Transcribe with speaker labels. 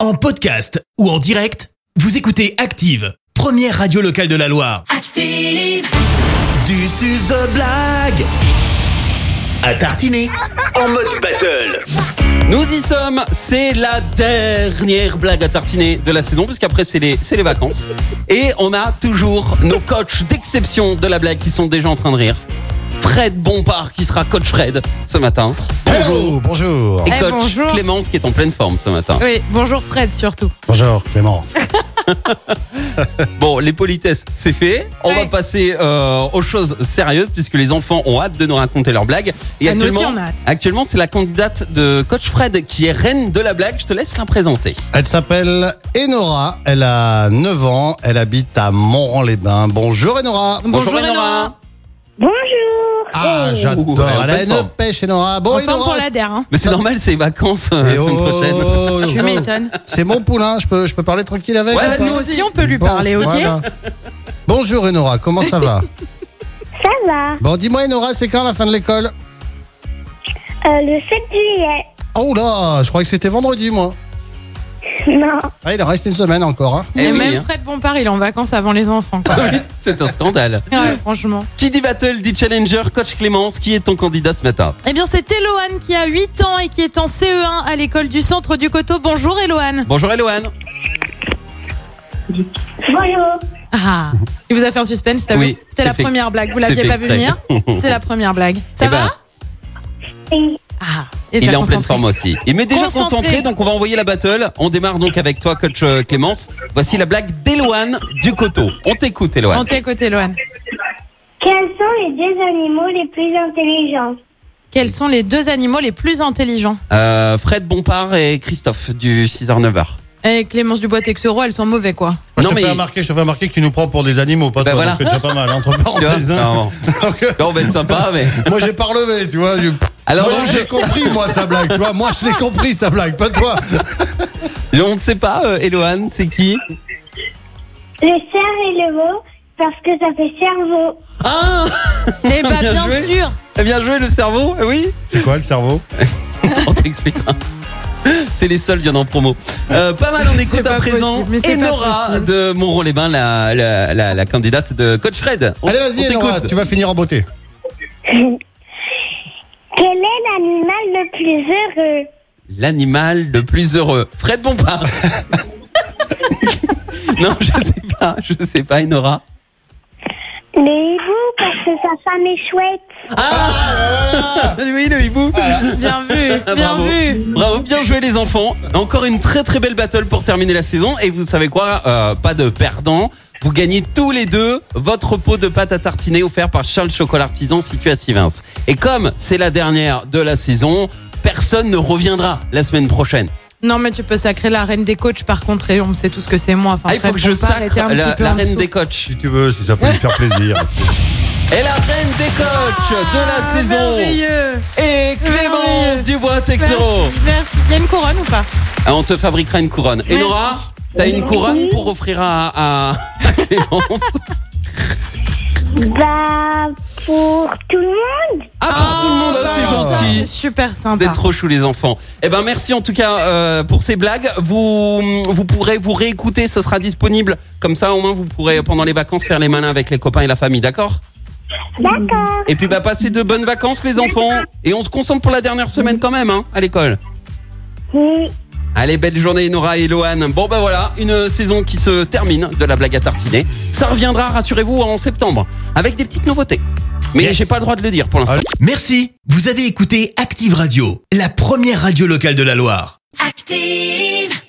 Speaker 1: En podcast ou en direct, vous écoutez Active, première radio locale de la Loire.
Speaker 2: Active,
Speaker 1: Du suze blague à tartiner en mode battle.
Speaker 3: Nous y sommes, c'est la dernière blague à tartiner de la saison, puisqu'après c'est les, c'est les vacances. Et on a toujours nos coachs d'exception de la blague qui sont déjà en train de rire. Fred Bompard qui sera coach Fred ce matin.
Speaker 4: Bonjour, bonjour.
Speaker 3: Et
Speaker 5: Eh,
Speaker 3: coach
Speaker 5: bonjour. Euh.
Speaker 3: Clémence qui est en pleine forme ce matin.
Speaker 5: Oui, bonjour Fred surtout.
Speaker 4: Bonjour Clément.
Speaker 3: Bon, les politesses, c'est fait. On
Speaker 5: Ouais.
Speaker 3: va passer euh, aux choses sérieuses, puisque les enfants ont hâte de nous raconter leurs blagues. Et
Speaker 5: Ah, nous aussi,
Speaker 3: actuellement,
Speaker 5: on a hâte.
Speaker 3: actuellement c'est la candidate de coach Fred qui est reine de la blague. Je te laisse la présenter.
Speaker 4: Elle s'appelle Enora, elle a 9 ans, elle habite à Montran-les-Bains. Bonjour Enora.
Speaker 5: Bonjour,
Speaker 3: Enora.
Speaker 5: Enora.
Speaker 4: Ah,
Speaker 3: Oh,
Speaker 4: j'adore.
Speaker 3: elle est en
Speaker 4: Elle a
Speaker 3: pleine
Speaker 4: une
Speaker 3: forme.
Speaker 4: pêche Enora. Bon
Speaker 5: enfin
Speaker 4: Enora.
Speaker 5: pour la DER, hein.
Speaker 3: Mais c'est normal, c'est les vacances euh, la
Speaker 4: Et
Speaker 3: semaine
Speaker 4: oh,
Speaker 3: prochaine.
Speaker 5: tu
Speaker 4: oh,
Speaker 5: m'étonnes.
Speaker 4: C'est mon poulain, je peux, je peux parler tranquille avec
Speaker 3: Ouais,
Speaker 4: ou
Speaker 3: vas-y,
Speaker 4: pas
Speaker 5: Nous aussi on peut lui
Speaker 4: Bon,
Speaker 5: parler, ok
Speaker 4: voilà. Bonjour Enora, comment ça va
Speaker 6: Ça va.
Speaker 4: Bon, dis-moi Enora, c'est quand la fin de l'école
Speaker 6: Euh, le 7 juillet.
Speaker 4: Oh là, je croyais que c'était vendredi moi.
Speaker 6: Non.
Speaker 4: Ah, il en reste une semaine encore. hein.
Speaker 3: Eh
Speaker 5: Et
Speaker 3: oui,
Speaker 5: même
Speaker 3: hein.
Speaker 5: Fred Bompard, il est en vacances avant les enfants. quoi.
Speaker 3: C'est un scandale.
Speaker 5: Ouais, franchement.
Speaker 3: Qui dit battle dit challenger, coach Clémence, qui est ton candidat ce matin
Speaker 5: Eh bien, c'est Eloane qui a 8 ans et qui est en CE1 à l'école du centre du coteau. Bonjour Eloane.
Speaker 3: Bonjour Eloane.
Speaker 6: Bonjour.
Speaker 5: Ah, il vous a fait un suspense, t'as
Speaker 3: Oui,
Speaker 5: vu C'était la
Speaker 3: c'est fait.
Speaker 5: première blague. Vous
Speaker 3: C'est
Speaker 5: l'aviez
Speaker 3: fait
Speaker 5: pas vu
Speaker 3: exprès.
Speaker 5: venir C'est la première blague. Ça
Speaker 3: Eh ben,
Speaker 5: va
Speaker 6: Oui.
Speaker 5: Ah,
Speaker 3: Il
Speaker 5: déjà
Speaker 3: est en pleine
Speaker 5: concentré.
Speaker 3: forme aussi. Il m'est déjà concentré.
Speaker 5: Concentré.
Speaker 3: donc on va envoyer la battle. On démarre donc avec toi, coach euh, Clémence. Voici la blague d'Eloane du coteau. On t'écoute,
Speaker 5: On
Speaker 3: Eloane.
Speaker 5: t'est à côté, Eloane.
Speaker 6: Quels sont les deux animaux les plus intelligents
Speaker 5: Quels sont les deux animaux les plus intelligents
Speaker 3: Euh, Fred Bompard et Christophe du 6h-9h.
Speaker 5: Eh, Clémence Dubois-Texero, elles sont mauvais, quoi.
Speaker 4: Moi, je
Speaker 3: Non,
Speaker 4: te
Speaker 3: mais-
Speaker 4: fais remarquer, je te fais remarquer que tu nous prends pour des animaux, pas
Speaker 3: Bah
Speaker 4: toi.
Speaker 3: voilà.
Speaker 4: donc C'est déjà pas mal, hein, entre
Speaker 3: Tu vois
Speaker 4: parenthèses. hein.
Speaker 3: Non, non, on va être sympa, mais.
Speaker 4: Moi j'ai pas relevé, tu vois. j'ai-
Speaker 3: Alors,
Speaker 4: Moi,
Speaker 3: donc,
Speaker 4: j'ai compris moi sa blague, tu vois. Moi je l'ai compris sa blague, pas toi.
Speaker 3: je- on ne sait pas, euh, Eloane, c'est qui
Speaker 6: Le cerf et le veau, parce que ça fait cerveau.
Speaker 3: Ah
Speaker 5: Eh bah,
Speaker 3: Bien
Speaker 5: bien
Speaker 3: joué.
Speaker 5: sûr
Speaker 3: Bien joué, le cerveau, eh oui
Speaker 4: C'est quoi le cerveau
Speaker 3: On t'expliquera. C'est les soldes, il y en a en promo. Euh, pas mal, on écoute
Speaker 5: pas
Speaker 3: à présent
Speaker 5: possible, mais c'est pas
Speaker 3: Enora
Speaker 5: possible.
Speaker 3: de Montrond-les-Bains, la, la, la- la candidate de Coach Fred. On-
Speaker 4: Allez
Speaker 3: on
Speaker 4: vas-y,
Speaker 3: t'écoute.
Speaker 4: Nora, tu vas finir en beauté.
Speaker 6: Quel est l'animal le plus heureux
Speaker 3: L'animal le plus heureux. Fred Bompard. non, je sais pas, je sais pas, Enora.
Speaker 6: Le hibou, parce que sa femme est chouette.
Speaker 5: Ah
Speaker 3: Oui, le hibou.
Speaker 5: Bien vu,
Speaker 3: Ah,
Speaker 5: bien
Speaker 3: bravo.
Speaker 5: vu.
Speaker 3: Bravo, bien joué les enfants. Encore une très très belle battle pour terminer la saison. Et vous savez quoi Euh, Pas de perdant. Vous gagnez tous les deux votre pot de pâte à tartiner offert par Charles Chocolat Artisan situé à Sivins. Et comme c'est la dernière de la saison, personne ne reviendra la semaine prochaine.
Speaker 5: Non, mais tu peux sacrer la reine des coachs, par contre, et on sait tout ce que c'est moi. Enfin,
Speaker 3: Ah, il faut
Speaker 5: Fred
Speaker 3: que je
Speaker 5: Bompard
Speaker 3: sacre
Speaker 5: était un petit
Speaker 3: la,
Speaker 5: peu
Speaker 3: la
Speaker 5: en
Speaker 3: reine
Speaker 5: dessous.
Speaker 3: des coachs.
Speaker 4: Si tu veux, si ça peut lui faire plaisir.
Speaker 3: Et la reine des coachs de la
Speaker 5: Ah,
Speaker 3: saison
Speaker 5: merveilleux.
Speaker 3: Et Clémence
Speaker 5: Merveilleux.
Speaker 3: Dubois-Texero
Speaker 5: Merci, Merci. Il y a une couronne ou pas
Speaker 3: Ah, On te fabriquera une couronne. Et
Speaker 5: Merci.
Speaker 3: Nora, t'as une couronne pour offrir à, à, à Clémence
Speaker 6: Bah, pour tout le monde
Speaker 3: Ah, pour tout le monde,
Speaker 5: bah,
Speaker 3: c'est
Speaker 5: alors ça, c'est
Speaker 3: gentil.
Speaker 5: Super
Speaker 3: Vous
Speaker 5: sympa.
Speaker 3: êtes trop chou les enfants. Eh ben merci en tout cas euh, pour ces blagues. Vous vous pourrez vous réécouter, ce sera disponible. Comme ça au moins vous pourrez pendant les vacances faire les malins avec les copains et la famille, d'accord
Speaker 6: D'accord.
Speaker 3: Et puis bah passez de bonnes vacances les enfants et on se concentre pour la dernière semaine quand même hein, à l'école.
Speaker 6: Oui.
Speaker 3: Allez, belle journée Nora et Lohan. Bon ben voilà, une saison qui se termine de la blague à tartiner. Ça reviendra, rassurez-vous, en septembre avec des petites nouveautés. Mais
Speaker 4: Yes.
Speaker 3: j'ai pas le droit de le dire pour l'instant.
Speaker 1: Merci, vous avez écouté Active Radio, la première radio locale de la Loire.
Speaker 2: active.